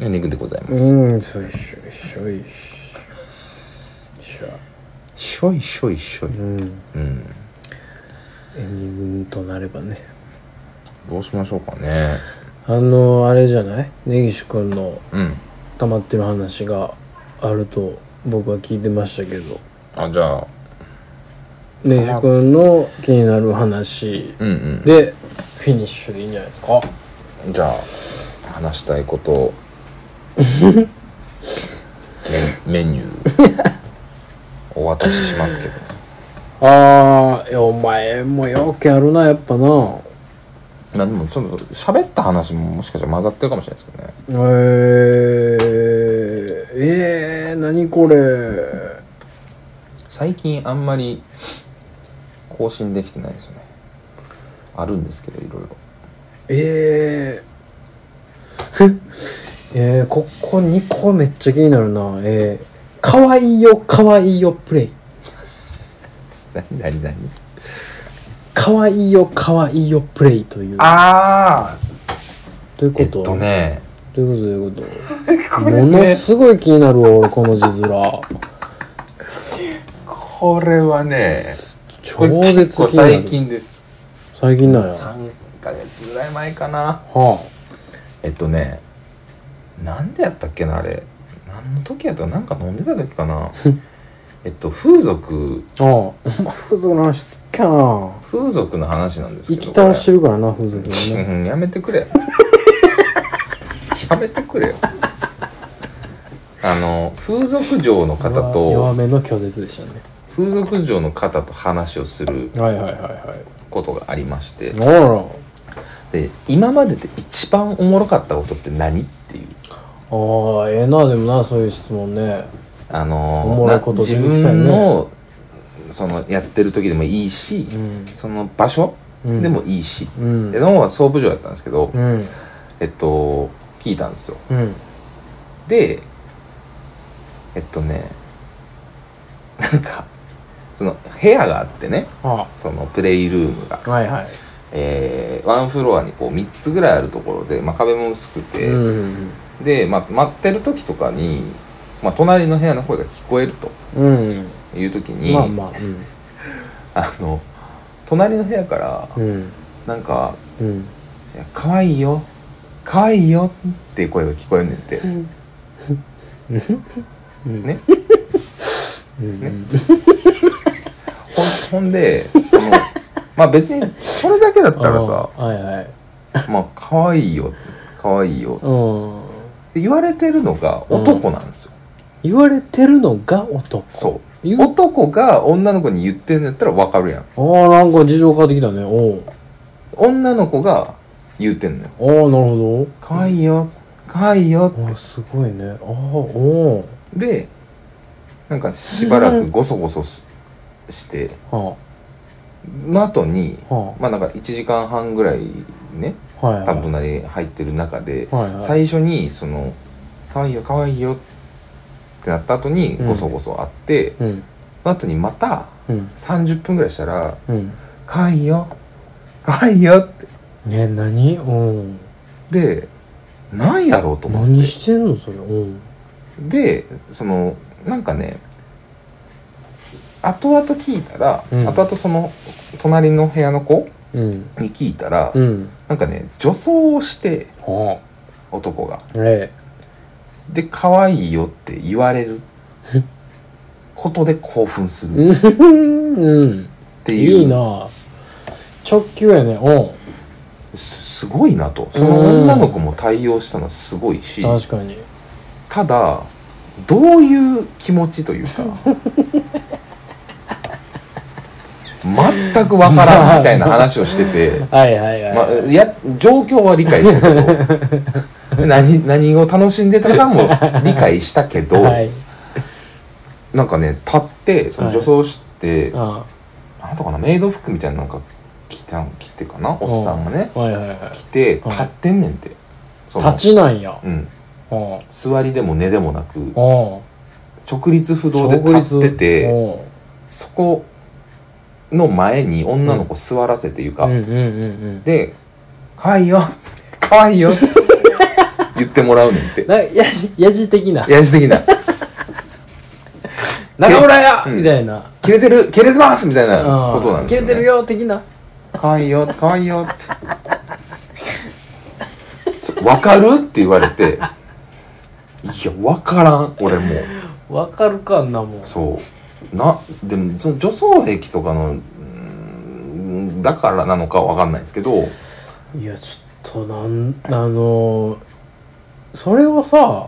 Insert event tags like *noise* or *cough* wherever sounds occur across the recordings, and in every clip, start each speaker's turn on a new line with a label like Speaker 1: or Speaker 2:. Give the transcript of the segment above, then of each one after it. Speaker 1: エンディングでございます、
Speaker 2: うんそういしょいしょいしょしょ
Speaker 1: しょいしょいしょい、
Speaker 2: うん
Speaker 1: うん、
Speaker 2: エンディングとなればね
Speaker 1: どうしましょうかね
Speaker 2: あのあれじゃない根岸君の
Speaker 1: うん
Speaker 2: 溜まってる話があると僕は聞いてましたけど
Speaker 1: あじゃあ
Speaker 2: 根岸君の気になる話
Speaker 1: うんうん
Speaker 2: でフィニッシュでいいんじゃないですか
Speaker 1: じゃあ話したいことメメニュー *laughs* お渡ししますけど
Speaker 2: ああお前もよくやるなやっぱな
Speaker 1: まあでもちょっと喋った話ももしかしたら混ざってるかもしれないですけどね
Speaker 2: えー、えー、何これ
Speaker 1: 最近あんまり更新できてないですよねあるんですけどいろいろ
Speaker 2: えー、 *laughs* えー、ここ2個めっちゃ気になるなえー、かわいいよかわいいよプレイ
Speaker 1: 何何何
Speaker 2: かわいいよかわいいよプレイという
Speaker 1: ああ
Speaker 2: というこ
Speaker 1: えっ
Speaker 2: と
Speaker 1: とね
Speaker 2: とい
Speaker 1: *laughs*
Speaker 2: うことということものすごい気になるわ俺この字
Speaker 1: *laughs*
Speaker 2: 面
Speaker 1: これはね
Speaker 2: 超絶気
Speaker 1: これ結構
Speaker 2: になる
Speaker 1: 最近です
Speaker 2: 最近なんやは
Speaker 1: 3ヶ月ぐらい前かな
Speaker 2: あ
Speaker 1: えっとねなんでやったっけなあれ何の時やったかなんか飲んでた時かなえっと風俗
Speaker 2: ああお前風俗の話好きかな
Speaker 1: 風俗の話なんですけ
Speaker 2: 生
Speaker 1: ど
Speaker 2: き倒してるからな風俗
Speaker 1: こ
Speaker 2: は
Speaker 1: れ
Speaker 2: ね
Speaker 1: うんやめてくれ *laughs* やめてくれよあの風俗嬢の方
Speaker 2: 弱弱
Speaker 1: と
Speaker 2: めの拒絶でしたね
Speaker 1: 風俗嬢の方と話をする
Speaker 2: はいはいはいはい
Speaker 1: ことがありまして
Speaker 2: あら
Speaker 1: で今までで一番おもろかったことって何っていう
Speaker 2: ああええなでもなそういう質問ね
Speaker 1: あ
Speaker 2: お
Speaker 1: の
Speaker 2: も
Speaker 1: な
Speaker 2: ろいこと
Speaker 1: 自
Speaker 2: 出てきたよね
Speaker 1: 分のそのやってる時でもいいし、
Speaker 2: うん
Speaker 1: その場所
Speaker 2: うん
Speaker 1: でもいいし、
Speaker 2: うん
Speaker 1: でのは総務上やったんですけど、
Speaker 2: うん
Speaker 1: えっと聞いたんですよ
Speaker 2: うん
Speaker 1: でえっとねなんかその部屋があってね
Speaker 2: あ
Speaker 1: そのプレイルームが
Speaker 2: あ、はいはい
Speaker 1: えーワンフロアにこう3つぐらいあるところで、まあ、壁も薄くて、
Speaker 2: うん
Speaker 1: で、まあ、待ってる時とかに、まあ、隣の部屋の声が聞こえると
Speaker 2: うん
Speaker 1: いう時に、
Speaker 2: まあまあ
Speaker 1: あの隣の部屋から
Speaker 2: うんうん
Speaker 1: なんか
Speaker 2: うん
Speaker 1: いや可愛いよ可愛いよっていう声が聞こえんねんって
Speaker 2: うん
Speaker 1: ね
Speaker 2: うんうん
Speaker 1: ほんほんでそ
Speaker 2: *laughs*
Speaker 1: のまあ別にそれだけだったらさ
Speaker 2: ああはいはい
Speaker 1: 「まあ可愛いよ可愛いよ
Speaker 2: う」ん
Speaker 1: って言われてるのが
Speaker 2: うん
Speaker 1: 男なんですよ、
Speaker 2: 言われてるのが男
Speaker 1: そ
Speaker 2: 言
Speaker 1: う
Speaker 2: う
Speaker 1: 男が女の子に言ってるんだったら分かるやん
Speaker 2: ああなんか事情変わってきたねおう
Speaker 1: 女の子が言ってんのよ
Speaker 2: ああなるほ
Speaker 1: 「可愛いよ可愛いよ
Speaker 2: どああすごいねああおう」
Speaker 1: でなんかしばらくゴソゴソしして
Speaker 2: は
Speaker 1: の後に
Speaker 2: あは
Speaker 1: まあなんか1時間半ぐらいね
Speaker 2: あはいはい
Speaker 1: 多分隣に入ってる中で
Speaker 2: はいはい
Speaker 1: 最初にその「可愛いよ可愛いよ」ってなった後に
Speaker 2: うん
Speaker 1: ごそごそあって、
Speaker 2: うん
Speaker 1: その後にまた
Speaker 2: うん
Speaker 1: 30分ぐらいしたら
Speaker 2: うん
Speaker 1: 「可愛いよ可愛いよ」って
Speaker 2: ね何うん
Speaker 1: でなんやろうと思っ
Speaker 2: 何
Speaker 1: て
Speaker 2: してんのそれうん
Speaker 1: でそのなんかね後々聞いたら、
Speaker 2: うん
Speaker 1: 後々その隣の部屋の子
Speaker 2: うん
Speaker 1: に聞いたら、
Speaker 2: うん
Speaker 1: なんかね女装をして
Speaker 2: は
Speaker 1: 男が
Speaker 2: あえ
Speaker 1: で可愛いよって言わ
Speaker 2: *laughs*
Speaker 1: れることで興奮す
Speaker 2: え
Speaker 1: るっ
Speaker 2: うんうん
Speaker 1: ていう
Speaker 2: いいな直球やねう
Speaker 1: すすごいなとその女の子も対応したのすごいし
Speaker 2: ん確かに
Speaker 1: ただどういう気持ちという
Speaker 2: *laughs*
Speaker 1: か全くわからんみたいな話をしてて、
Speaker 2: はいはいはい、
Speaker 1: まあ、や状況は理解したけ
Speaker 2: *laughs*
Speaker 1: ど何何を楽しんでたかも理解したけど、
Speaker 2: はい
Speaker 1: なんかね立ってその女装して、
Speaker 2: あ
Speaker 1: なんとかなメイド服みたいななんか着た着てかなおっさんがね
Speaker 2: あはいはいは
Speaker 1: 着て
Speaker 2: うん
Speaker 1: 立ってんねんてそ
Speaker 2: い
Speaker 1: の
Speaker 2: 立ちなんや
Speaker 1: うん
Speaker 2: うん
Speaker 1: 座りでも寝でもなく
Speaker 2: うん
Speaker 1: 直立不動で立っててそこの前に女の子座らせていう
Speaker 2: う
Speaker 1: か、
Speaker 2: んうんうんうん
Speaker 1: *laughs*
Speaker 2: *laughs*
Speaker 1: で「かわいいよかわいいよ」言ってもらうねんって
Speaker 2: なんかやじやじ的な
Speaker 1: やじ的な
Speaker 2: 「中村や!」
Speaker 1: うん
Speaker 2: みたいな
Speaker 1: 「切れてる切れてます!」みたいな
Speaker 2: あ
Speaker 1: ことなん
Speaker 2: ー
Speaker 1: ですよ、
Speaker 2: 切れ
Speaker 1: ね、
Speaker 2: てるよ的な
Speaker 1: かわいいよかわいいよってそ *laughs* わかるって言われていやわからん俺も
Speaker 2: わかるかあんなもん
Speaker 1: そうなでもその女装癖とかのうーんだからなのかわかんないですけど
Speaker 2: いやちょっとなんあのそれをさ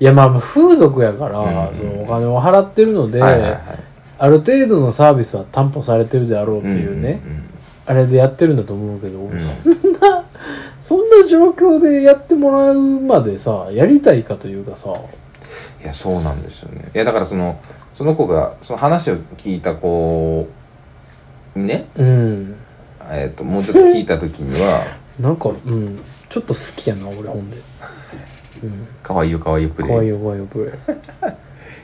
Speaker 2: いやまあまあ風俗やから、
Speaker 1: うんうん
Speaker 2: そのお金を払ってるので、
Speaker 1: はいはいはい
Speaker 2: ある程度のサービスは担保されてるであろうっていうね、
Speaker 1: うんうんうん
Speaker 2: あれでやってるんだと思うけど、
Speaker 1: うん
Speaker 2: そんな状況でやってもらうまでさやりたいかというかさ
Speaker 1: いやそうなんですよねいやだからそのその子がその話を聞いた子にね、
Speaker 2: うん
Speaker 1: えっともうちょっと聞いた時には *laughs*
Speaker 2: なんかうんちょっと好きやな俺ほんで、うん、
Speaker 1: 「かわいいよかわいいよプレイ」
Speaker 2: かわいい
Speaker 1: い
Speaker 2: よかわいいよプレイ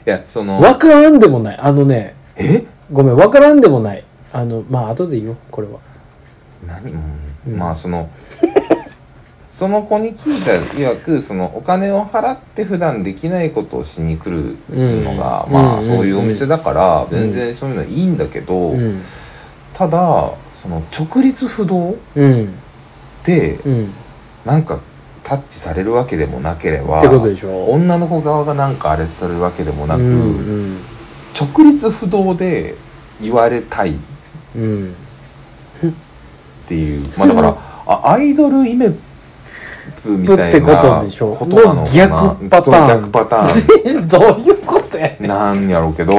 Speaker 1: やその
Speaker 2: わからんでもないあのね
Speaker 1: え
Speaker 2: ごめんわからんでもないあのまあ後でいいよこれは
Speaker 1: 何もう
Speaker 2: うん
Speaker 1: まあその *laughs* その子に聞いた曰くそのお金を払って普段できないことをしに来るのが、
Speaker 2: うん
Speaker 1: まあ、
Speaker 2: う
Speaker 1: そ
Speaker 2: ん
Speaker 1: ういうお店だから
Speaker 2: ん
Speaker 1: 全然そういうのいいんだけど、
Speaker 2: うん
Speaker 1: ただその直立不動
Speaker 2: うん
Speaker 1: で
Speaker 2: うんっ
Speaker 1: なんかタッチされるわけでもなければ
Speaker 2: てことでしょ
Speaker 1: 女の子側がなんかあれされるわけでもなく、
Speaker 2: うん
Speaker 1: 直立不動で言われたいっ
Speaker 2: うんうん
Speaker 1: ていうまあだから、あアイドルイメップみたいな
Speaker 2: ってことでしょ
Speaker 1: ことなのかな
Speaker 2: の逆パターン
Speaker 1: 逆パター
Speaker 2: えどういうことや
Speaker 1: ンなんやろうけど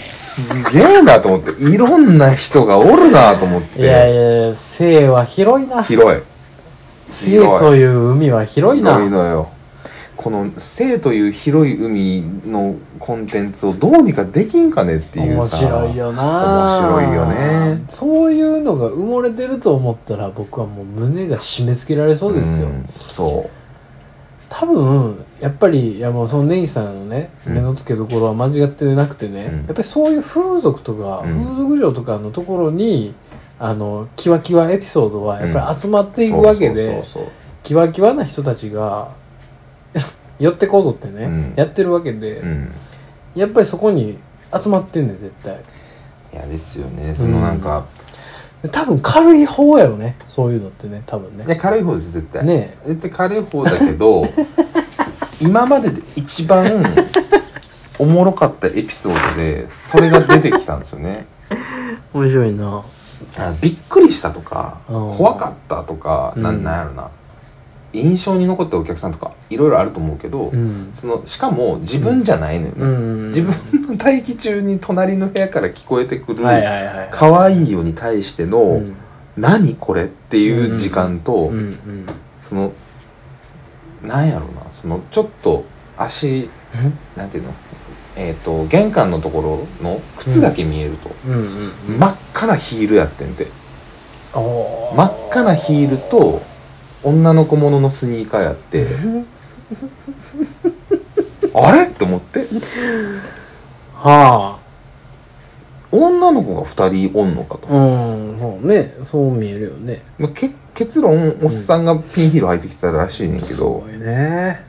Speaker 1: すげえなと思っていろんな人がおるなと思っ
Speaker 2: いやい
Speaker 1: て
Speaker 2: やいや性は広いな
Speaker 1: 広い
Speaker 2: 性という海は広いな
Speaker 1: 広いのよこの性という広い海のコンテンツをどうにかできんかねっていう
Speaker 2: 面
Speaker 1: さ
Speaker 2: 白いよな
Speaker 1: 面白いよね
Speaker 2: そういうのが埋もれてると思ったら僕はもう胸が締め付けられそうですよ、
Speaker 1: んそう
Speaker 2: 多分やっぱりいやもうそのネギさんのね
Speaker 1: うん
Speaker 2: 目の付けどころは間違ってなくてね、
Speaker 1: うん
Speaker 2: やっぱりそういう風俗とか、
Speaker 1: うん
Speaker 2: 風俗嬢とかのところにあのキワキワエピソードはやっぱり集まっていくわけで、
Speaker 1: そうそうそうそう
Speaker 2: キワキワな人たちが *laughs* 寄ってこうぞってね、
Speaker 1: うん
Speaker 2: やってるわけで、
Speaker 1: うん、
Speaker 2: やっぱりそこに集まってんねん絶対
Speaker 1: いやですよねそのなんか、
Speaker 2: で多分軽い方やよねそういうのってね多分ね
Speaker 1: いや軽い方です絶対、
Speaker 2: ねえ
Speaker 1: 絶対軽い方だけ
Speaker 2: *laughs*
Speaker 1: ど今までで一番おもろかったエピソードでそれが出てきたんですよね
Speaker 2: 面白いな
Speaker 1: あびっくりしたとか
Speaker 2: うん
Speaker 1: 怖かったとか、な
Speaker 2: うん
Speaker 1: ん、なんやろな印象に残ったお客さんとかいろいろあると思うけど、
Speaker 2: うん、
Speaker 1: そのしかも自分じゃないのよね、
Speaker 2: うん、
Speaker 1: 自分の待機中に隣の部屋から聞こえてくる
Speaker 2: はいはいはい
Speaker 1: 可愛いよに対しての、
Speaker 2: うん
Speaker 1: 何これっていう時間と、
Speaker 2: うんうん
Speaker 1: そのなんやろうなそのちょっと足 *laughs* なんていうのえっ、と玄関のところの靴だけ見えると、
Speaker 2: うんうんうん
Speaker 1: 真っ赤なヒールやってんて
Speaker 2: おー
Speaker 1: 真っ赤なヒールと女の子もののスニーカーやって
Speaker 2: *laughs*
Speaker 1: あれって思って
Speaker 2: は
Speaker 1: 女の子が2人おんのかと
Speaker 2: あ、うんそうねそう見えるよね
Speaker 1: まあけ結論おっさんがピンヒール履いてきてたらしいねんけ
Speaker 2: す
Speaker 1: ど
Speaker 2: ご、いね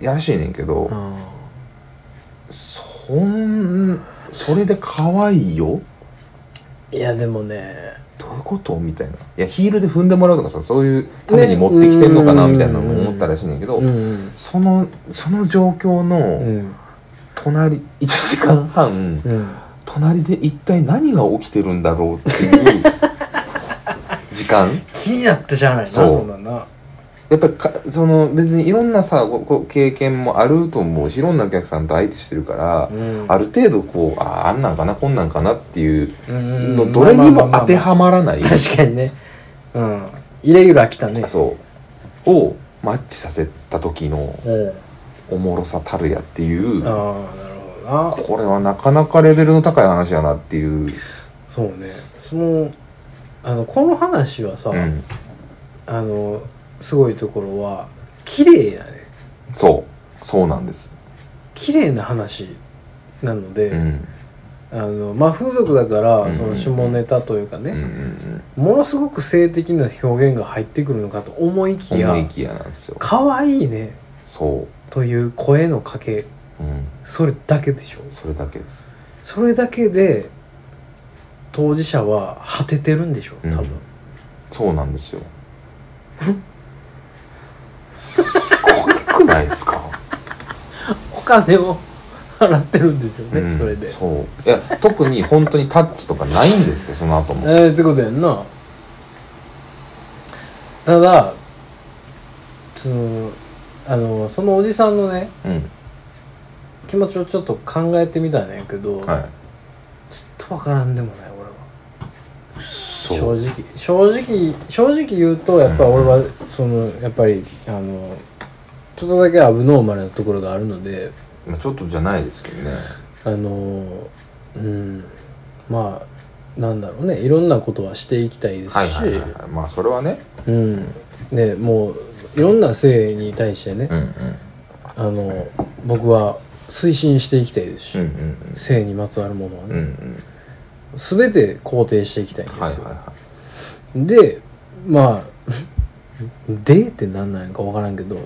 Speaker 1: やらしいねんけど、
Speaker 2: うん
Speaker 1: そんそれで可愛いよ
Speaker 2: いやでもね
Speaker 1: どういうことみたいないやヒールで踏んでもらうとかさそういうために持ってきてんのかな、
Speaker 2: ね
Speaker 1: みたいなのも思ったらしいねんだけど、
Speaker 2: うん
Speaker 1: そのその状況
Speaker 2: う
Speaker 1: の
Speaker 2: ん
Speaker 1: 隣1時間半、
Speaker 2: うん
Speaker 1: 隣で一体何が起きてるんだろうっていう時
Speaker 2: *laughs*
Speaker 1: 間
Speaker 2: 気になってしゃあないな
Speaker 1: そうん
Speaker 2: なんな
Speaker 1: やっぱりかその別にいろんなさここ経験もあると思うしいろんなお客さんと相手してるから、
Speaker 2: うん
Speaker 1: ある程度こうあああんなんかなこんなんかなっていう
Speaker 2: うん
Speaker 1: のどれにも当て
Speaker 2: まあまあまあ
Speaker 1: はまらない
Speaker 2: まあ確かにねうんイレギュラー来たね
Speaker 1: そうをマッチさせた時の
Speaker 2: うん
Speaker 1: おもろさたるやっていう
Speaker 2: ああなるほどな
Speaker 1: これはなかなかレベルの高い話やなっていう、
Speaker 2: そうねそのあのこの話はさ、
Speaker 1: うん、
Speaker 2: あのすごいところは綺麗やね
Speaker 1: そうそうなんです、
Speaker 2: 綺麗な話なので、
Speaker 1: うん、
Speaker 2: あのまあ風俗だから、
Speaker 1: うん
Speaker 2: その下ネタというか
Speaker 1: うんう
Speaker 2: ね、
Speaker 1: ん
Speaker 2: ものすごく性的な表現が入ってくるのかと思いき
Speaker 1: うん
Speaker 2: や
Speaker 1: 思いきやなんですよ
Speaker 2: 可愛いね
Speaker 1: そ
Speaker 2: という声のかけ
Speaker 1: ううん
Speaker 2: それだけでしょ
Speaker 1: それだけです
Speaker 2: それだけで当事者は果ててるんでしょ多分、
Speaker 1: うんそうなんですよすごくないですか
Speaker 2: お金を払ってるんですよ *laughs* ね、
Speaker 1: うん
Speaker 2: それで
Speaker 1: そういや特に本当にタッチとかないんですってその後も
Speaker 2: えー、ってことやんなただそのあのそのおじさんのね
Speaker 1: うん
Speaker 2: 気持ちをちょっと考えてみたんやけど、
Speaker 1: は
Speaker 2: ちょっとわからんでもない俺はい正
Speaker 1: そう
Speaker 2: 直正直正直言うとやっぱ俺はそのやっぱりあのちょっとだけアブノーマルなところがあるので
Speaker 1: まあちょっとじゃないですけどね
Speaker 2: あのうんまあなんだろうねいろんなことはしていきたいですし、
Speaker 1: はいはいはい、はい、まあそれはね
Speaker 2: うんでもういろんな性に対してね、
Speaker 1: うんうん
Speaker 2: あの僕は推進していきたいですし、
Speaker 1: うん
Speaker 2: 性にまつわるものは
Speaker 1: うんうんうんう
Speaker 2: ね、
Speaker 1: ん
Speaker 2: 全て肯定していきたいんですよ、
Speaker 1: はいはいは
Speaker 2: でまあ *laughs* でってなんなんやか分からんけど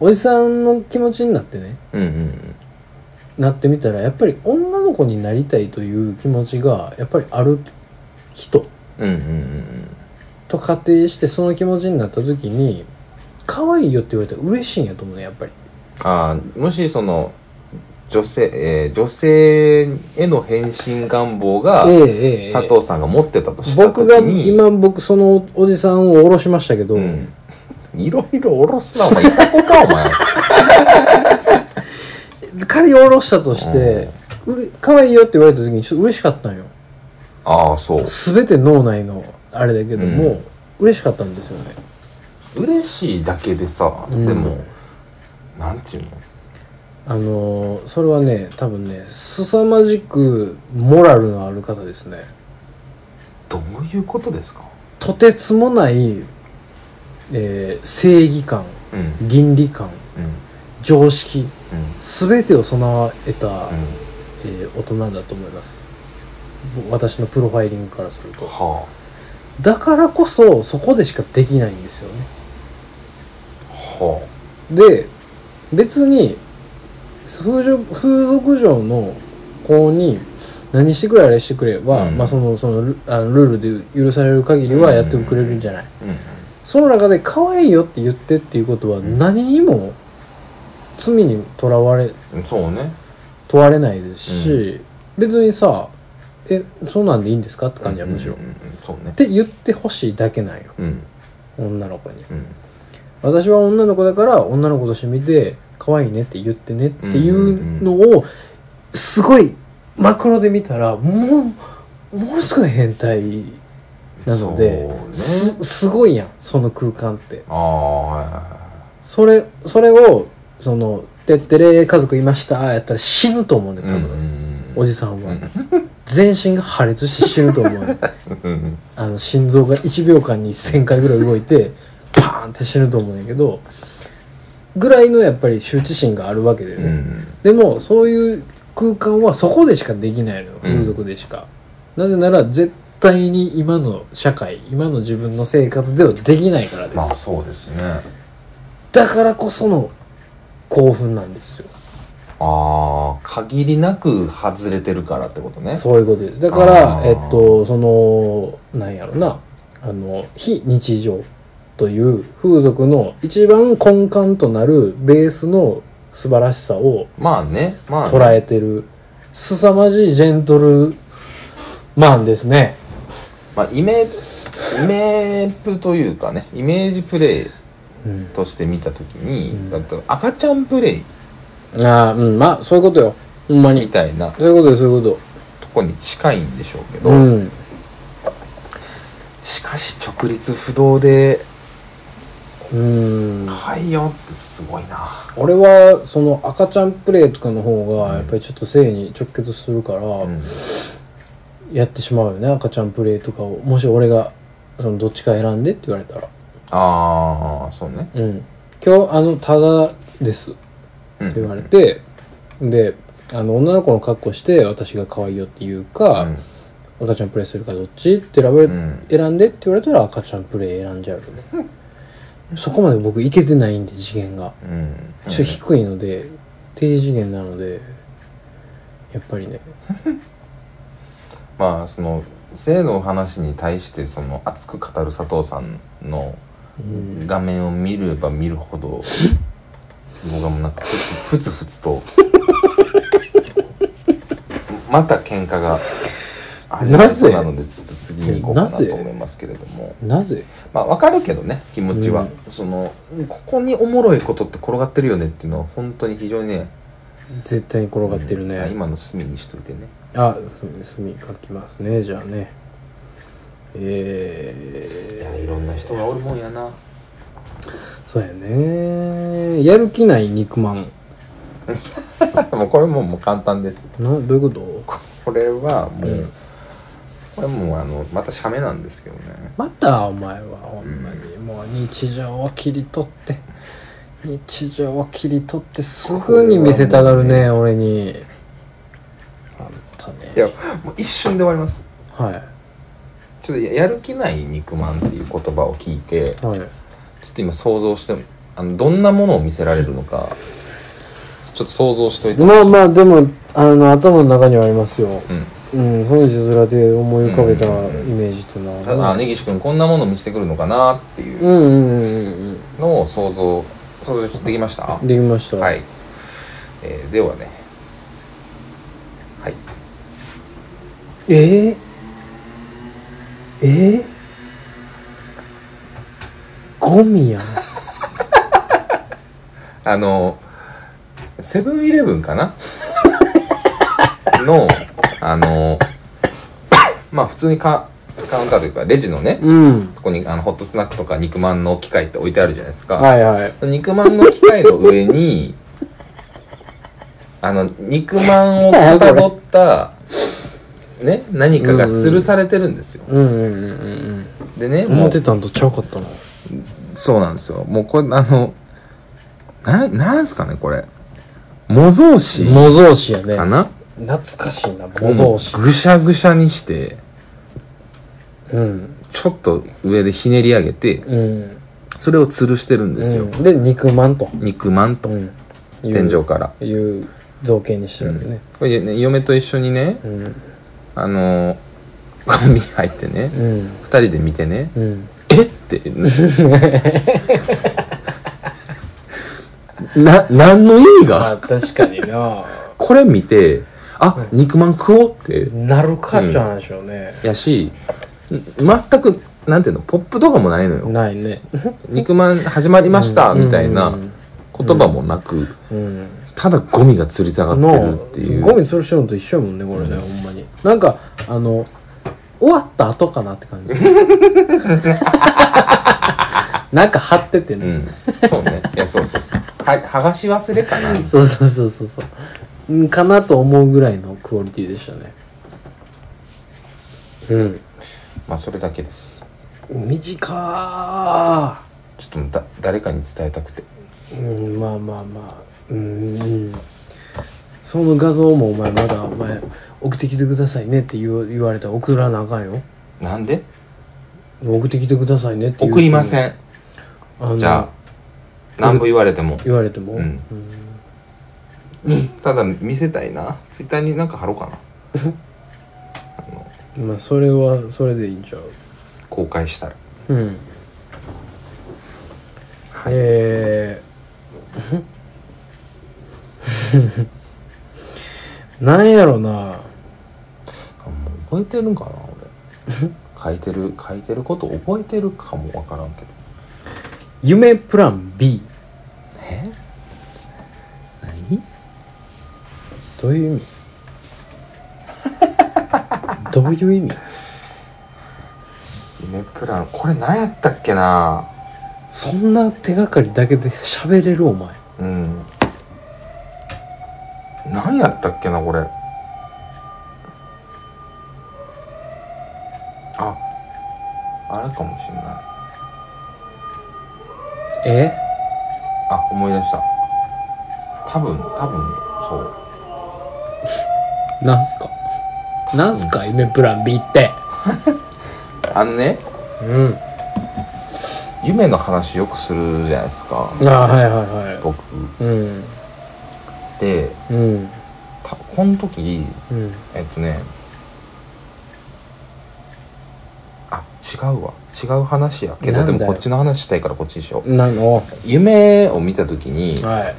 Speaker 2: おじさんの気持ちになってね
Speaker 1: いうんうんうん
Speaker 2: なってみたらやっぱり女の子になりたいという気持ちがやっぱりある人
Speaker 1: うんうんうん
Speaker 2: と仮定してその気持ちになった時に可愛いよって言われたら嬉しいんやと思うねやっぱり
Speaker 1: ああもしその女性、えー女性への変身願望が
Speaker 2: ええええええ
Speaker 1: 佐藤さんが持ってたとした時
Speaker 2: 僕が
Speaker 1: に、
Speaker 2: 今僕そのおじさんを下ろしましたけど、
Speaker 1: うんいろいろおろすなお前いた子かお前 *laughs*
Speaker 2: 仮に下ろしたとして、うれ可愛いよって言われた時にちょっと嬉しかったんよ
Speaker 1: ああそう
Speaker 2: 全て脳内のあれだけども、
Speaker 1: うん
Speaker 2: 嬉しかったんですよね
Speaker 1: 嬉しいだけでさ、
Speaker 2: うん
Speaker 1: でもなんていうの
Speaker 2: あのーそれはね多分ね凄まじくモラルのある方ですね
Speaker 1: どういうことですか
Speaker 2: とてつもない、えー正義感
Speaker 1: うんうん
Speaker 2: 倫理観常識
Speaker 1: うん
Speaker 2: 全てを備えた、
Speaker 1: うん
Speaker 2: えー大人だと思いますぼ私のプロファイリングからすると
Speaker 1: は
Speaker 2: だからこそそこでしかできないんですよね
Speaker 1: あは
Speaker 2: で別に風俗風俗嬢の子に何してくれあれしてくれは、
Speaker 1: うん
Speaker 2: まあ、そのそのルあのルールで許される限りはやってくれるんじゃない、
Speaker 1: あうん
Speaker 2: その中で可愛いよって言ってっていうことは
Speaker 1: ん
Speaker 2: 何にも罪にとらわれ
Speaker 1: うんそうね
Speaker 2: 問われないですし、別にさ「えそんなんでいいんですか?」って感じはむしろ、
Speaker 1: うんうんうんそうね
Speaker 2: って言ってほしいだけなんよ
Speaker 1: うん
Speaker 2: 女の子に
Speaker 1: うん
Speaker 2: 私は女の子だから女の子として見て可愛いねって言ってねっていうのをすごいマクロで見たらもうものすごい変態なので、
Speaker 1: そうね
Speaker 2: すすごいやんその空間って
Speaker 1: ああはいはいはい
Speaker 2: それそれをその「てってれ家族いました」やったら死ぬと思うね多分、お
Speaker 1: じ
Speaker 2: じさんは、全身が破裂して死ぬと思うねあの心臓が1秒間に1,000回ぐらい動いてパーンって死ぬと思うんやけどぐらいのやっぱり羞恥心があるわけでね、でもそういう空間はそこでしかできないのよ
Speaker 1: うん
Speaker 2: 風俗でしか、なぜなら絶対に今の社会今の自分の生活ではできないからです、
Speaker 1: まあそうですね
Speaker 2: だからこその興奮なんですよ
Speaker 1: ああ限りなく外れてるからってことね
Speaker 2: そういうことですだから
Speaker 1: あ
Speaker 2: え
Speaker 1: ー
Speaker 2: っとそのなんやろなあの非日常という風俗の一番根幹となるベースの素晴らしさを
Speaker 1: まあねまあね
Speaker 2: 捉えてる凄まじいジェントルマンですね
Speaker 1: まあイメイメープというかねイメージプレイ
Speaker 2: うん
Speaker 1: として見た時に、
Speaker 2: うん
Speaker 1: だって赤ちゃんプレイ
Speaker 2: ああうんまあそういうことよほんま
Speaker 1: み
Speaker 2: に
Speaker 1: たいな
Speaker 2: そういうことよそういうこと
Speaker 1: とこに近いんでしょうけど、
Speaker 2: うん
Speaker 1: しかし直立不動で
Speaker 2: うん
Speaker 1: 可愛いよってすごいな
Speaker 2: 俺はその赤ちゃんプレイとかの方がやっぱりちょっと性に直結するから、
Speaker 1: うん
Speaker 2: やってしまうよね赤ちゃんプレイとかをもし俺がそのどっちか選んでって言われたら
Speaker 1: ああそうね
Speaker 2: 「うん今日あのただです」っ
Speaker 1: うん
Speaker 2: て言われてであの女の子の格好して私が可愛いよっていうか、赤ちゃんプレイするかどっちって選べ、
Speaker 1: うんうん
Speaker 2: 選んでって言われたら赤ちゃんプレイ選んじゃうよねそこまで僕いけてないんで次元が
Speaker 1: うん
Speaker 2: ちょっと低いので低次元なのでやっぱりね
Speaker 1: まあその性の話に対してその熱く語る佐藤さんの
Speaker 2: うん
Speaker 1: 画面を見れば見るほど僕はもうなんかふつふつふつとまた喧嘩が始まりそうなのでちょっと次に行こうかな
Speaker 2: なぜ
Speaker 1: と思いますけれども
Speaker 2: なぜ
Speaker 1: まあわかるけどね気持ちは、
Speaker 2: うん
Speaker 1: そのここにおもろいことって転がってるよねっていうのは本当に非常にね
Speaker 2: 絶対に転がってるね、
Speaker 1: うん今の隅にしといてね
Speaker 2: あす墨書きますねじゃあねえ
Speaker 1: い
Speaker 2: ー、
Speaker 1: やいろんな人がおるもんやな
Speaker 2: そうやねやる気ない肉まん
Speaker 1: *laughs* もうこれももう簡単です
Speaker 2: などういうこと
Speaker 1: これはもう、
Speaker 2: うん
Speaker 1: これもうあのまた写メなんですけどね
Speaker 2: またお前はほんまに、もう日常を切り取って日常を切り取ってすぐに見せたがるね
Speaker 1: これは
Speaker 2: 俺にあんた
Speaker 1: い
Speaker 2: ね
Speaker 1: やもう一瞬で終わります
Speaker 2: はい
Speaker 1: ちょっとややる気ない肉まんっていう言葉を聞いて
Speaker 2: は
Speaker 1: ちょっ
Speaker 2: い
Speaker 1: と今想像してあのどんなものを見せられるのかちょっと想像しといて
Speaker 2: まあまあでもあの頭の中にはありますよ
Speaker 1: うん
Speaker 2: うんその字面で思い浮かべたイ
Speaker 1: うんうんうん
Speaker 2: メージっていうのは
Speaker 1: ただあ根岸君こんなもの見せてくるのかなってい
Speaker 2: うん
Speaker 1: う
Speaker 2: うんうん
Speaker 1: のを想像想像できました
Speaker 2: うんできました
Speaker 1: はい、えーではねはい
Speaker 2: えー、えー、ゴミやん
Speaker 1: あの、セブンイレブンかなの、あの、まあ普通にカカウンターというかレジのね、
Speaker 2: *laughs* うん
Speaker 1: ここにあのホットスナックとか肉まんの機械って置いてあるじゃないですか。
Speaker 2: はいはい
Speaker 1: 肉まんの機械の上に、あの、肉まんをかたどった、ね、何かが吊るされてるんですよ。
Speaker 2: うんうんうんうん
Speaker 1: でね、
Speaker 2: うん
Speaker 1: も
Speaker 2: 思
Speaker 1: う
Speaker 2: って、たんとちゃうかったな
Speaker 1: そうなんですよ。もうこれ、あの、な、なんすかね、これ。模造紙
Speaker 2: 模造紙やね
Speaker 1: かな
Speaker 2: 懐かしいな模造
Speaker 1: もうぐしゃぐしゃにして
Speaker 2: 紙うん
Speaker 1: ちょっと上でひねり上げて
Speaker 2: うん
Speaker 1: それを吊るしてるんですよ、
Speaker 2: うんで肉まんと、
Speaker 1: 肉まんと、
Speaker 2: うん、
Speaker 1: 天井から、
Speaker 2: 井いう造形にしてるんだね
Speaker 1: これね嫁と一緒にね
Speaker 2: うん
Speaker 1: あのーコンビニ入ってね、
Speaker 2: う
Speaker 1: 二
Speaker 2: ん
Speaker 1: 2人で見てね
Speaker 2: うん
Speaker 1: 「えっ!」
Speaker 2: *laughs*
Speaker 1: てな何の意味
Speaker 2: ま
Speaker 1: が
Speaker 2: あ確かに
Speaker 1: *laughs*
Speaker 2: な
Speaker 1: これ見て「あ肉まん食おう」って
Speaker 2: なるかって話よね、
Speaker 1: やしん全くなんていうのポップとかもないのよ
Speaker 2: ないね
Speaker 1: 「肉まん始まりました」みたいな、
Speaker 2: うん
Speaker 1: 言葉もなく、
Speaker 2: うん
Speaker 1: ただゴミが吊り下がってるっていう
Speaker 2: のゴミ吊るしてるのと一緒やもんねこれね、ほんまになんかあの終わった後かなって感じ
Speaker 1: *laughs*
Speaker 2: なんか貼ってて
Speaker 1: う
Speaker 2: ね、
Speaker 1: んそうねいやそうそうそうは剥がし忘れかな
Speaker 2: そうそうそうそうそうんかなと思うぐらいのクオリティでしたねうん
Speaker 1: まあそれだけです
Speaker 2: 短
Speaker 1: ちょっともうだ誰かに伝えたくて
Speaker 2: ーうんまあまあまあうんうんその画像もお前まだお前送ってきてくださいねって言う言われたら送らなあかんよ
Speaker 1: なんで
Speaker 2: 送ってきてくださいねって言う
Speaker 1: 送りません
Speaker 2: あの
Speaker 1: じゃあ何も言われても
Speaker 2: 言われても、
Speaker 1: うんただ見せたいなツイッターになんか貼ろうかな
Speaker 2: うんまあそれはそれでいいんちゃう
Speaker 1: 公開したら
Speaker 2: うん
Speaker 1: はい
Speaker 2: えー、 *laughs* なんやろな
Speaker 1: あもう覚えてるんかな俺 *laughs* 書いてる書いてること覚えてるかもわからんけど
Speaker 2: 夢プラン B
Speaker 1: え何
Speaker 2: どういう *laughs* 意味どういう意味
Speaker 1: 夢プランこれ何やったっけな
Speaker 2: そんな手がかりだけで喋れるお前
Speaker 1: うん。何やったっけな、これ。あ、あれかもしれない。
Speaker 2: え
Speaker 1: あ、思い出した。多分、多分、そう。
Speaker 2: なんすかなんすか夢プラン B って
Speaker 1: あのね
Speaker 2: うん
Speaker 1: 夢の話よくするじゃないですか
Speaker 2: あはいはいは
Speaker 1: 僕
Speaker 2: いうん
Speaker 1: で
Speaker 2: うん
Speaker 1: たこの時
Speaker 2: うん
Speaker 1: えっとねあ違うわ違う話やけど
Speaker 2: なん
Speaker 1: で
Speaker 2: だよ
Speaker 1: もこっちの話したいからこっちでしょ
Speaker 2: なの
Speaker 1: 夢を見た時に
Speaker 2: はい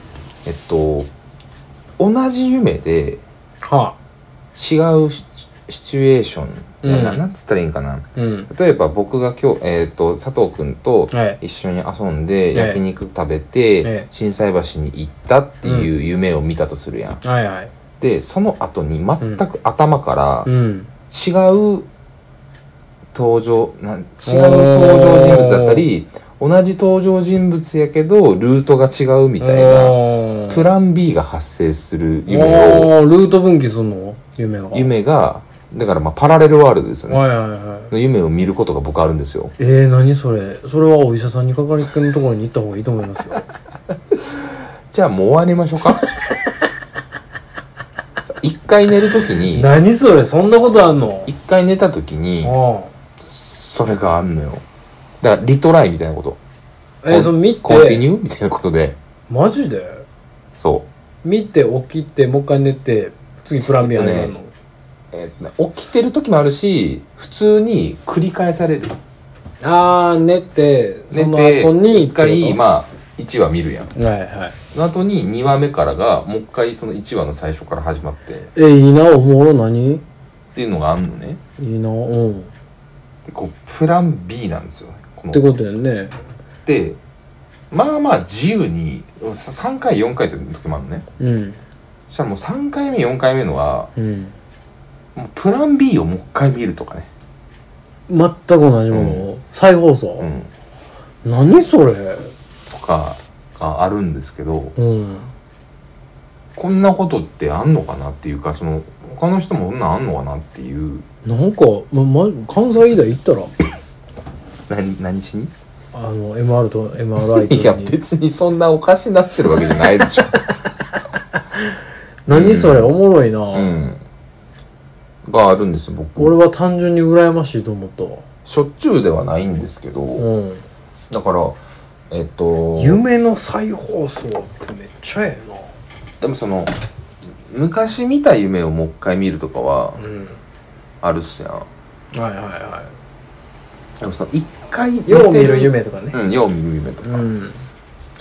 Speaker 1: えっと同じ夢で
Speaker 2: はあ
Speaker 1: 違うシチシチュエーション、
Speaker 2: うん
Speaker 1: ななんつったらいいんかな
Speaker 2: うん
Speaker 1: 例えば僕が今日、えっと佐藤君と
Speaker 2: はい
Speaker 1: 一緒に遊んで
Speaker 2: え
Speaker 1: 焼肉食べて、
Speaker 2: ええ
Speaker 1: 心斎橋に行ったっていう夢を見たとするやん、
Speaker 2: はいはい
Speaker 1: でその後に全く頭から
Speaker 2: うん
Speaker 1: 違う登場なん違う登場人物だったり同じ登場人物やけどルートが違うみたいな
Speaker 2: おー
Speaker 1: プラン B が発生する夢を
Speaker 2: おールート分岐すんの夢が
Speaker 1: 夢がだからまあパラレルワールドですよね
Speaker 2: はいはいはい
Speaker 1: の夢を見ることが僕あるんですよ
Speaker 2: えー、何それそれはお医者さんにかかりつけのところに行った方がいいと思いますよ
Speaker 1: じゃあもう終わりましょう
Speaker 2: *laughs*
Speaker 1: か一回寝るときに
Speaker 2: 何それそんなことあんの
Speaker 1: 一回寝たときに
Speaker 2: あ
Speaker 1: それがあんのよだからリトライみたいなこと
Speaker 2: あえー、その見て
Speaker 1: コンティニューみたいなことで
Speaker 2: マジで
Speaker 1: そう
Speaker 2: 見て起きてもう一回寝て次プラン B 始まるの、
Speaker 1: えー起きてる時もあるし普通に繰り返される
Speaker 2: ああ寝てその
Speaker 1: 寝て
Speaker 2: 後に
Speaker 1: 一回
Speaker 2: は
Speaker 1: まあ1話見るやん
Speaker 2: いはい
Speaker 1: その後に2話目からがもう一回その1話の最初から始まってっ
Speaker 2: えー、いいなおもろ何い
Speaker 1: ていうのがあんのね
Speaker 2: いなうんっ
Speaker 1: でこうプラン B なんですよねこの
Speaker 2: てことやんね
Speaker 1: でまあまあ自由にさ3回4回って時もあるのね
Speaker 2: うん
Speaker 1: そしたらもう3回目4回目のは
Speaker 2: うん
Speaker 1: もうプラン B をもう一回見るとかね
Speaker 2: 全く同じものを、再放送
Speaker 1: う、ん
Speaker 2: 何それ
Speaker 1: とかがあるんですけど
Speaker 2: うん
Speaker 1: こんなことってあんのかなっていうかその他の人もこんなんあんのかなっていう
Speaker 2: なんか、ま、ま、関西医大行ったら
Speaker 1: 何何しに
Speaker 2: あの MR と MRI
Speaker 1: *laughs* いや
Speaker 2: とに
Speaker 1: 別にそんなおかしになってるわけじゃないでしょ
Speaker 2: 何それ
Speaker 1: *laughs* う
Speaker 2: おもろいうな、
Speaker 1: んがあるんですよ僕
Speaker 2: 俺は単純に羨ましいと思ったわ
Speaker 1: しょっちゅうではないんですけど、
Speaker 2: うん
Speaker 1: だからえっと
Speaker 2: 夢の再放送ってめっちゃえ
Speaker 1: でもその昔見た夢をもう一回見るとかは
Speaker 2: えなうん
Speaker 1: あるっすやん
Speaker 2: はいはいは
Speaker 1: でもその一回寝て
Speaker 2: よう見る夢とかね
Speaker 1: うんよう見る夢と
Speaker 2: う
Speaker 1: か
Speaker 2: ん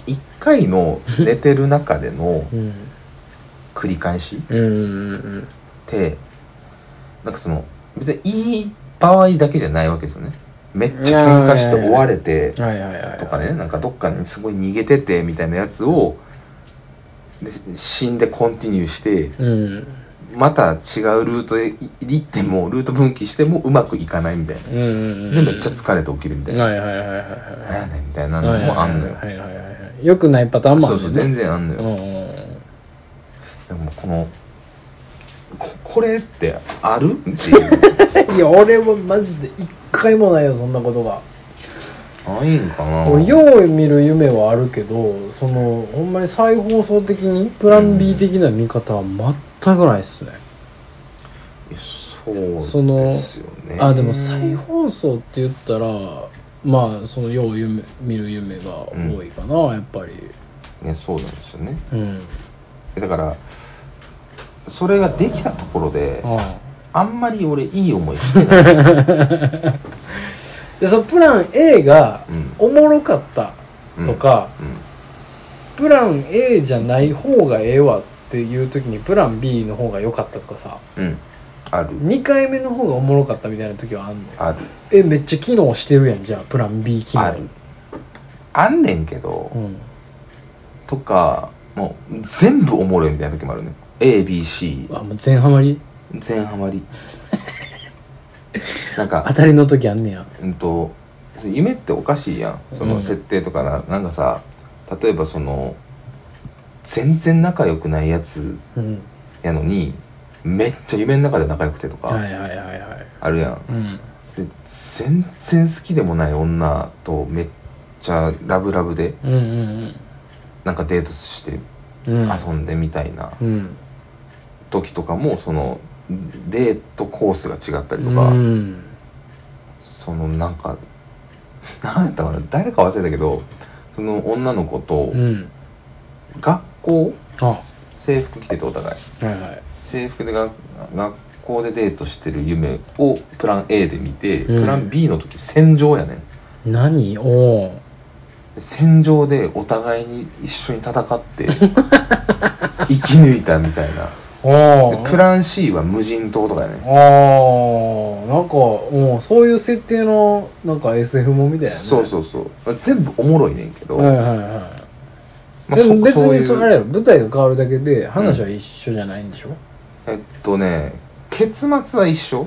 Speaker 1: 一、回の寝てる中での
Speaker 2: うん
Speaker 1: 繰り返しっ
Speaker 2: うんうん
Speaker 1: てなんかその別にいい場合だけじゃないわけですよねめっちゃ喧嘩して追われて
Speaker 2: うんはいはいはい
Speaker 1: とかねなんかどっかにすごい逃げててみたいなやつをで死んでコンティニューして
Speaker 2: うん
Speaker 1: また違うルートへ行ってもルート分岐してもうまくいかないみたいな
Speaker 2: うんうんうん
Speaker 1: でめっちゃ疲れて起きるみたいな
Speaker 2: はいはいはいはいはい
Speaker 1: 何やねんみたいなの
Speaker 2: はいはい
Speaker 1: もあんのよ
Speaker 2: はいはいはいはいよくないパターンもあ
Speaker 1: そう
Speaker 2: る
Speaker 1: そ
Speaker 2: よ
Speaker 1: う全
Speaker 2: ね
Speaker 1: 然あんの
Speaker 2: う
Speaker 1: よ
Speaker 2: んうん
Speaker 1: でもこのここれってある
Speaker 2: *laughs*
Speaker 1: っていう
Speaker 2: うんいや俺はマジで一回もないよそんなことが
Speaker 1: ないんかな
Speaker 2: 俺よう見る夢はあるけどそのほんまに再放送的にプラン B 的な見方は全くないっすね、
Speaker 1: そうです
Speaker 2: そ
Speaker 1: よ
Speaker 2: の
Speaker 1: ね
Speaker 2: あでも再放送って言ったらまあそのよう夢見る夢が多いかな、やっぱり
Speaker 1: ねそうなんですよね
Speaker 2: うん
Speaker 1: だからそれができたところで
Speaker 2: ああ
Speaker 1: あんまり俺いい思いして
Speaker 2: *laughs*
Speaker 1: ない、
Speaker 2: でそのプラン A が
Speaker 1: うん
Speaker 2: おもろかった
Speaker 1: うん、
Speaker 2: とか、プラン A じゃない方がええわっていう時にプラン B の方が良かったとかさ
Speaker 1: うん、うん、ある
Speaker 2: 2回目の方がおもろかったみたいな時はあんのよ
Speaker 1: ある
Speaker 2: えめっちゃ機能してるやんじゃあプラン B 機能
Speaker 1: あるあんねんけど、
Speaker 2: うん
Speaker 1: とかもう全部おもろいみたいな時もあるね ABC
Speaker 2: あもう全ハマり
Speaker 1: 全ハマ
Speaker 2: *laughs*
Speaker 1: りなんか
Speaker 2: 当たりの時あんねや
Speaker 1: うんとその夢っておかしいやんそ
Speaker 2: うん
Speaker 1: の設定とかな,、なんかさ例えばその全然仲良くないやつ
Speaker 2: うん
Speaker 1: やのにめっちゃ夢の中で仲良くてと
Speaker 2: は
Speaker 1: か
Speaker 2: いはいはいはい
Speaker 1: あるやん、
Speaker 2: うん
Speaker 1: で全然好きでもない女とめっちゃラブラブで
Speaker 2: うんうん
Speaker 1: なんかデートして
Speaker 2: うんうん
Speaker 1: 遊んでみたいな
Speaker 2: うん
Speaker 1: 時とかもそのデートコースが違ったり
Speaker 2: う
Speaker 1: とか、
Speaker 2: ん
Speaker 1: そのなんか何やったかな誰か忘れたけどその女の子と
Speaker 2: うん
Speaker 1: 学校、
Speaker 2: あは
Speaker 1: 制服着ててお互い
Speaker 2: いはい
Speaker 1: 制服でが学校でデートしてる夢をプラン A で見て、
Speaker 2: うん
Speaker 1: プラン B の時戦場やねん
Speaker 2: 何おう
Speaker 1: 戦場でお互いに一緒に戦って生
Speaker 2: *laughs*
Speaker 1: き抜いたみたいな
Speaker 2: お
Speaker 1: で
Speaker 2: う
Speaker 1: プラン C は無人島とかやね
Speaker 2: あーなんかうんそういう設定のなんか SF もみたいな、ね、
Speaker 1: そうそうそう全部おもろいねんけど、
Speaker 2: はいはいはい
Speaker 1: まあ
Speaker 2: でも
Speaker 1: そ
Speaker 2: 別
Speaker 1: そうい
Speaker 2: に
Speaker 1: う
Speaker 2: それあれやろ舞台が変わるだけで話は一緒じゃないんでしょ、
Speaker 1: えっとね結末は一緒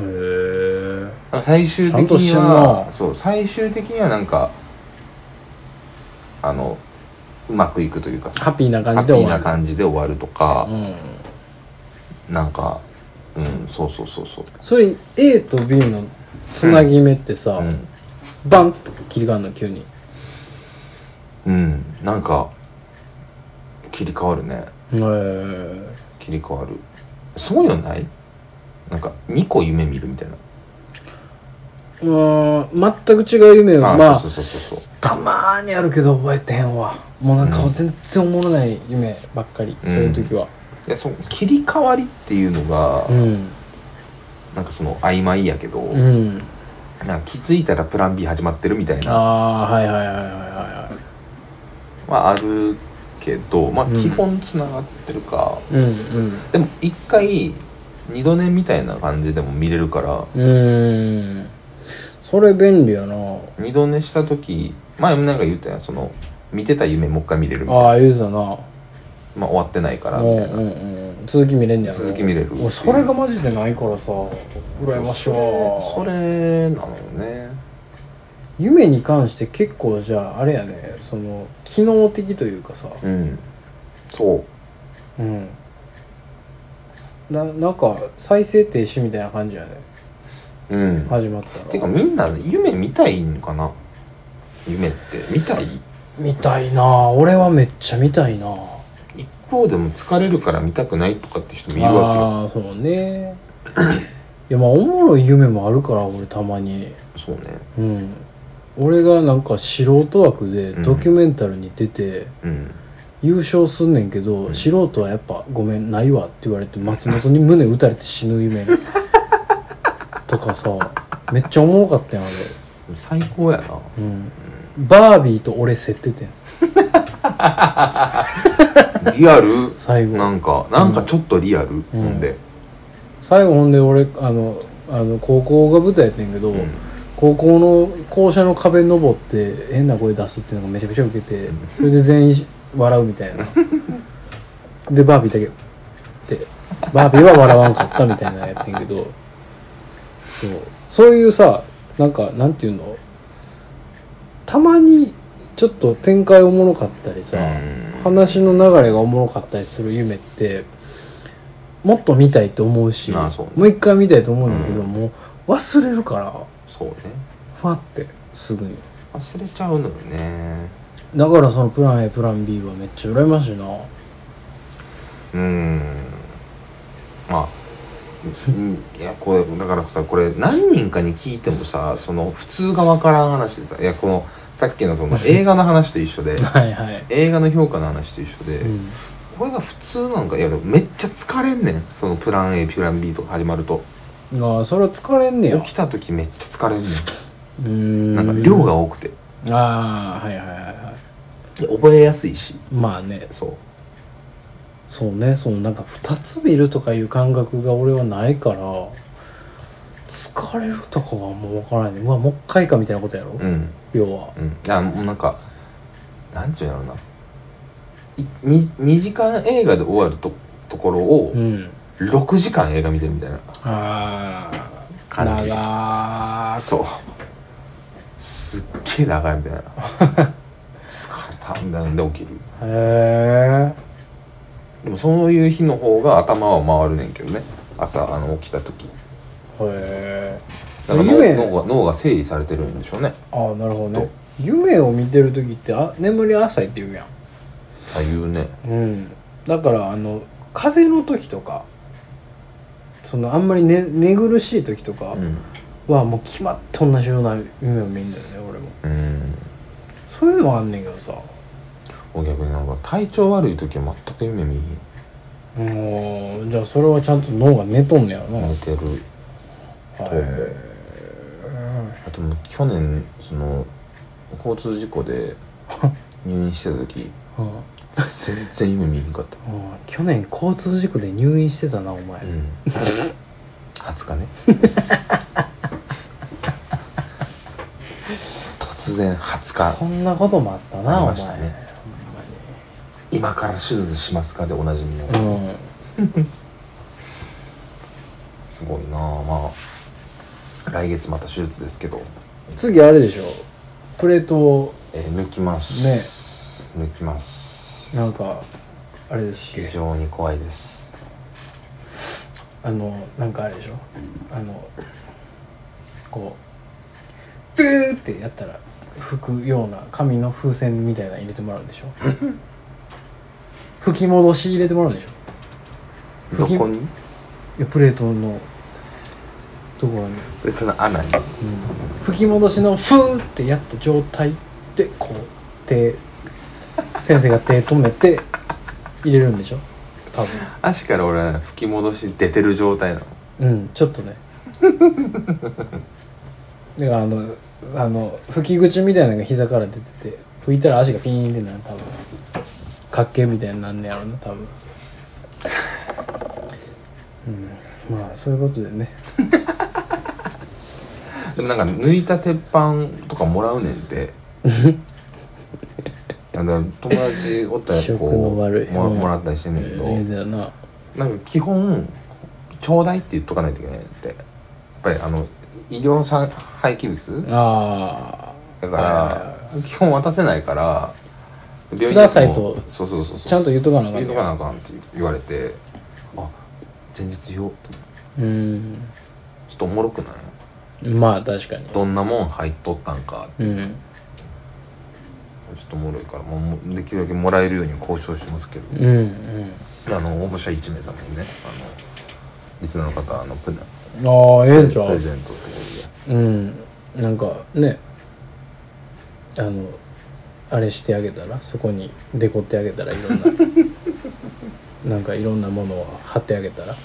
Speaker 2: へえ
Speaker 1: なんか最終
Speaker 2: ちゃん
Speaker 1: 的
Speaker 2: とし
Speaker 1: に
Speaker 2: てん
Speaker 1: は
Speaker 2: な
Speaker 1: そう最終的にはなんかあのうまくいくというか
Speaker 2: ハッピーな感
Speaker 1: ハ
Speaker 2: じ
Speaker 1: ッ
Speaker 2: で
Speaker 1: ピ
Speaker 2: 終
Speaker 1: ーな
Speaker 2: わる
Speaker 1: 感じで終わるとか、
Speaker 2: うん、
Speaker 1: なんかうんそうそうそうそう
Speaker 2: それ A と B のつなぎ目ってさ、
Speaker 1: うん、
Speaker 2: バンって切り替わるの急に
Speaker 1: うん、なんか切り替わるね
Speaker 2: へえ
Speaker 1: 切り替わるそういうのないなんか2個夢見るみたいな
Speaker 2: うん全く違う夢はまあ
Speaker 1: そうそうそうそう
Speaker 2: たまーにあるけど覚えてへんわもうなんか全然おもろない夢ばっかり、
Speaker 1: うん
Speaker 2: そういう時は
Speaker 1: でその切り替わりっていうのが、
Speaker 2: うん
Speaker 1: なんかその曖昧やけど、
Speaker 2: うん
Speaker 1: なんか気づいたらプラン B 始まってるみたいな
Speaker 2: ああはいはいはいはいは
Speaker 1: まあ、あるけど、まあ、
Speaker 2: うん
Speaker 1: 基本つながってるか、
Speaker 2: いうん
Speaker 1: でも一回二度寝みたいな感じでも見れるから
Speaker 2: うんうんそれ便利やな
Speaker 1: 二度寝した時前もなんか言ったやんその見てた夢もう一回見れるみたいな
Speaker 2: ああ言うてたな
Speaker 1: まあ、終わってないから
Speaker 2: う
Speaker 1: み
Speaker 2: ん
Speaker 1: たいな、
Speaker 2: うんうん続き見れんねやろ
Speaker 1: 続き見れる
Speaker 2: 俺それがマジでないからさ羨ましいわ
Speaker 1: それなのよね
Speaker 2: 夢に関して結構じゃああれやねその機能的というかさ
Speaker 1: うんそう
Speaker 2: うんななんか再生停止みたいな感じやね
Speaker 1: うん、
Speaker 2: 始まったら
Speaker 1: てかみんな夢見たいんかな夢って見たい
Speaker 2: 見たいな俺はめっちゃ見たいな
Speaker 1: 一方でも疲れるから見たくないとかって人もいるわけよ
Speaker 2: ああそうねいやまあおもろい夢もあるから俺たまに
Speaker 1: そうね
Speaker 2: うん俺がなんか素人枠でドキュメンタルに出て、
Speaker 1: うん
Speaker 2: 優勝すんねんけど、
Speaker 1: うん
Speaker 2: 素人はやっぱ「ごめんないわ」って言われて松本に胸打たれて死ぬ
Speaker 1: *laughs*
Speaker 2: 夢とかさめっちゃおもろかったやんあれ、
Speaker 1: 最高やな
Speaker 2: うん、バービーと俺競っててん
Speaker 1: リアル
Speaker 2: 最後
Speaker 1: なんかなんかちょっとリアルほんで、
Speaker 2: 最後ほんで俺あのあの高校が舞台やってんけど、
Speaker 1: うん
Speaker 2: 高校の校舎の壁登って変な声出すっていうのがめちゃくちゃウケて
Speaker 1: うん
Speaker 2: それで全員笑うみ
Speaker 1: *laughs*
Speaker 2: たいなでバービーだけでバービーは笑わんかったみたいなのやってんけどそうそういうさなんかなんていうのたまにちょっと展開おもろかったりさ、
Speaker 1: うん
Speaker 2: 話の流れがおもろかったりする夢ってもっと見たいと思うし
Speaker 1: ああそうね
Speaker 2: もう一回見たいと思うんだけ
Speaker 1: う
Speaker 2: ど、
Speaker 1: ん
Speaker 2: もう忘れるから
Speaker 1: そうね
Speaker 2: ふわってすぐに
Speaker 1: 忘れちゃうのよね
Speaker 2: だからそのプラン A プラン B はめっちゃ羨ましいな
Speaker 1: うんまあうんいやこれだからさこれ何人かに聞いてもさその普通が分からん話でさいやこのさっきのそ *laughs* の映画の話と一緒で
Speaker 2: はいはい、
Speaker 1: 映画の評価の話と一緒で、
Speaker 2: うん、
Speaker 1: これが普通なんかいやでもめっちゃ疲れんねんそのプラン A プラン B とか始まると
Speaker 2: ああそれは疲れんねやう
Speaker 1: 起きた時めっちゃ疲れんね
Speaker 2: ー
Speaker 1: ん
Speaker 2: ん
Speaker 1: なんか量が多くて
Speaker 2: ああはいはいはいは
Speaker 1: で覚えやすいし
Speaker 2: いまあね
Speaker 1: そう
Speaker 2: そうねそのなんか2つ見るとかいう感覚が俺はないから疲れるとかはもう分からないねうわもう一回かみたいなことやろ、
Speaker 1: うん
Speaker 2: 要は
Speaker 1: うんいやもうなんかなんていうんやろうないに 2, 時間映画で終わるとところを
Speaker 2: うん
Speaker 1: 6時間映画見てるみたいな
Speaker 2: ああ
Speaker 1: 感じ
Speaker 2: 長ー
Speaker 1: そうすっげえ長いみたいな疲れたみたいなんで起きる
Speaker 2: くへえ
Speaker 1: でもそういう日の方が頭は回るねんけどね朝あの起きた時
Speaker 2: へえ
Speaker 1: だから
Speaker 2: 夢
Speaker 1: 脳脳が脳が整理されてるんでしょうね
Speaker 2: ああなるほどね夢を見てる時ってあ眠り浅いって言うや
Speaker 1: ああいうね
Speaker 2: んうんだからあの風邪の時とかそのあんまり、ね、寝苦しい時とか
Speaker 1: うん
Speaker 2: はもう決まって同じような夢を見るんだよね俺も
Speaker 1: うん
Speaker 2: そういうのはあんねんけどさ
Speaker 1: お逆になんか体調悪い時は全く夢見
Speaker 2: もうじゃあそれはちゃんと脳が寝とんねやろな、
Speaker 1: えへん
Speaker 2: はい
Speaker 1: 寝てるあともう去年その交通事故で入院してた時
Speaker 2: うん
Speaker 1: 全然夢見えへんかった
Speaker 2: うん去年交通事故で入院してたなお前、
Speaker 1: うん20日ね突然20
Speaker 2: そ
Speaker 1: 日
Speaker 2: んなこともあったな
Speaker 1: あり
Speaker 2: お
Speaker 1: ま
Speaker 2: 前
Speaker 1: したね今から手術しますかでおなじみの、
Speaker 2: ほんまに
Speaker 1: すごいなあまあ来月また手術ですけど、
Speaker 2: うん、次あれでしょプレートを
Speaker 1: えー抜きます、抜きます
Speaker 2: なんかあれですっ
Speaker 1: 非
Speaker 2: け
Speaker 1: 常に怖いです
Speaker 2: あのなんかあれでしょあのこうトゥーってやったら吹くような紙の風船みたいなの入れてもらう
Speaker 1: *laughs*
Speaker 2: んでしょ吹き戻し入れてもらうんでしょ
Speaker 1: ど
Speaker 2: 吹き
Speaker 1: こに
Speaker 2: いやプレートのところに、
Speaker 1: 別の穴に
Speaker 2: うん、吹き戻しのフーってやった状態でこう手先生が手止めて入れるんでしょ多分
Speaker 1: 足から俺は吹き戻し出てる状態なの
Speaker 2: うんちょっとね *laughs* だからあのあの吹き口みたいなのが膝から出てて吹いたら足がピーンってなる多分滑稽みたいになんねやろうな多分うんまあそういうことでね
Speaker 1: でもなんか抜いた鉄板とかもらうねん
Speaker 2: *laughs*
Speaker 1: てあの友達おったら
Speaker 2: 気色
Speaker 1: こう
Speaker 2: の悪い
Speaker 1: もら
Speaker 2: うん
Speaker 1: もらったりしてんねんけど、
Speaker 2: ええだよな
Speaker 1: なんか基本「ちょうだい」って言っとかないといけないねんってやっぱりあの医療産廃棄物
Speaker 2: あ
Speaker 1: だか
Speaker 2: はいは
Speaker 1: ら基本渡せないから病
Speaker 2: くださいと
Speaker 1: 行ってもそうそうそう
Speaker 2: あ
Speaker 1: そう
Speaker 2: ちゃんと言うとかなあか
Speaker 1: 言
Speaker 2: っ
Speaker 1: うと
Speaker 2: た
Speaker 1: かなあかんって言われてあ前日言おうと思って
Speaker 2: うん
Speaker 1: ちょっとおもろくない
Speaker 2: まあ確かに
Speaker 1: どんなもん入っとったんか
Speaker 2: うん
Speaker 1: ちょっとおもろいからもうもうできるだけもらえるように交渉しますけど、
Speaker 2: うんうん
Speaker 1: あの応募者1名様にねあのリスナーの方あのプレ
Speaker 2: ああええんちゃ
Speaker 1: プレ
Speaker 2: う
Speaker 1: ゼントってことで
Speaker 2: うんなんかねあのあれしてあげたらそこにデコってあげたらいろ *laughs* んななんかいろんなものを貼ってあげたら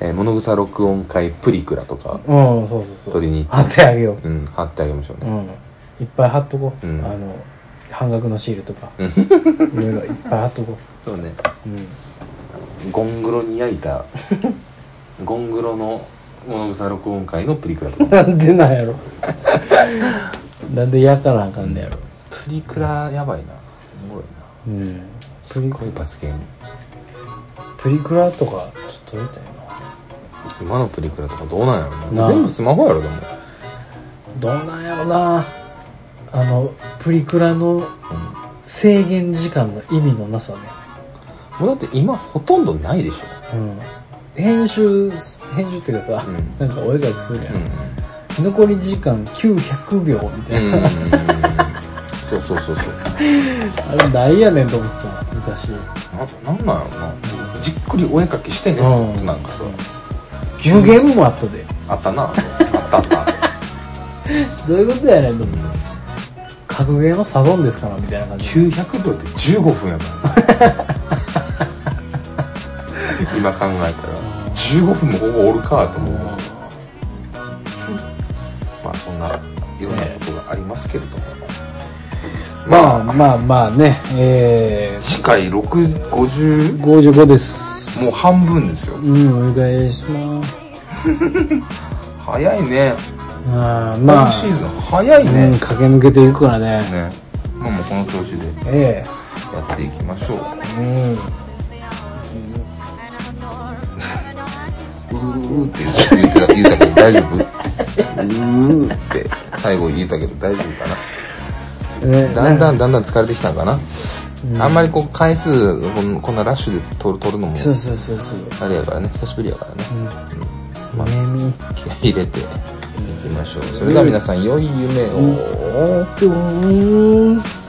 Speaker 1: えー、物草録音会プリクラとか、
Speaker 2: うんそうそうそう
Speaker 1: 取りに行って
Speaker 2: 貼ってあげよ
Speaker 1: うん、貼ってあげましょう
Speaker 2: う、う
Speaker 1: ね、
Speaker 2: ん、いっぱい貼っとこう、
Speaker 1: うん
Speaker 2: あの半額のシールとか
Speaker 1: うん
Speaker 2: いろいろいっぱい貼っとこ
Speaker 1: そうね
Speaker 2: う、うん、
Speaker 1: ゴングロに焼い *laughs* たゴングロの物草録音会のプリクラとか
Speaker 2: なんでな
Speaker 1: *laughs*
Speaker 2: んやろなんでやからあかんねやろ
Speaker 1: プリクラやばいなおもろいな
Speaker 2: うん
Speaker 1: すっごい罰ゲーム
Speaker 2: プリクラとかちょっとやりたいな
Speaker 1: 今のプリクラとかどうなんやろ
Speaker 2: な
Speaker 1: な
Speaker 2: あ
Speaker 1: 全部スマホやろでも
Speaker 2: どうなんやろなあのプリクラの制限時間の意味のなさね
Speaker 1: もうだって今ほとんどないでしょ
Speaker 2: うん編集編集っていうかさ、
Speaker 1: うん
Speaker 2: なんかお絵描きするやん、
Speaker 1: うん
Speaker 2: 残り時間900秒みたいな、
Speaker 1: そうそうそうそう
Speaker 2: あれないやねんと思ってた昔
Speaker 1: ななんなんやろなじっくりお絵描きしてね、
Speaker 2: うん
Speaker 1: なんかさ
Speaker 2: 無限もあったで
Speaker 1: あったなあったあった
Speaker 2: どういうことやねんと思って格ゲーのサドンですからみたいな感じ
Speaker 1: 900秒って15分やからな今考えたら15分もほぼおるかと思うまあそんないろんなことがありますけれども、
Speaker 2: まあまあまあねえ
Speaker 1: 次回650
Speaker 2: ー、55です
Speaker 1: もう半分ですよ
Speaker 2: うんお願いします
Speaker 1: 早いね
Speaker 2: あーま
Speaker 1: 今
Speaker 2: あ
Speaker 1: シーズン早い
Speaker 2: うん、
Speaker 1: ね、
Speaker 2: 駆け抜けていくからね
Speaker 1: ねまあもうこの調子で
Speaker 2: え
Speaker 1: やっていきましょう
Speaker 2: えうん
Speaker 1: うーって言ってた言ってたけど大丈夫うーって最後言ったけど大丈夫かな
Speaker 2: ね
Speaker 1: だん
Speaker 2: な
Speaker 1: だんだんだん疲れてきたんかな、あんまりこう回数こんこんなラッシュで取る取るのも
Speaker 2: そうそうそうそう
Speaker 1: あれやからね久しぶりやからね、
Speaker 2: うん
Speaker 1: まあ
Speaker 2: 耳
Speaker 1: 気合い入れていきましょうそれでは皆さん良い夢を、
Speaker 2: ドゥーン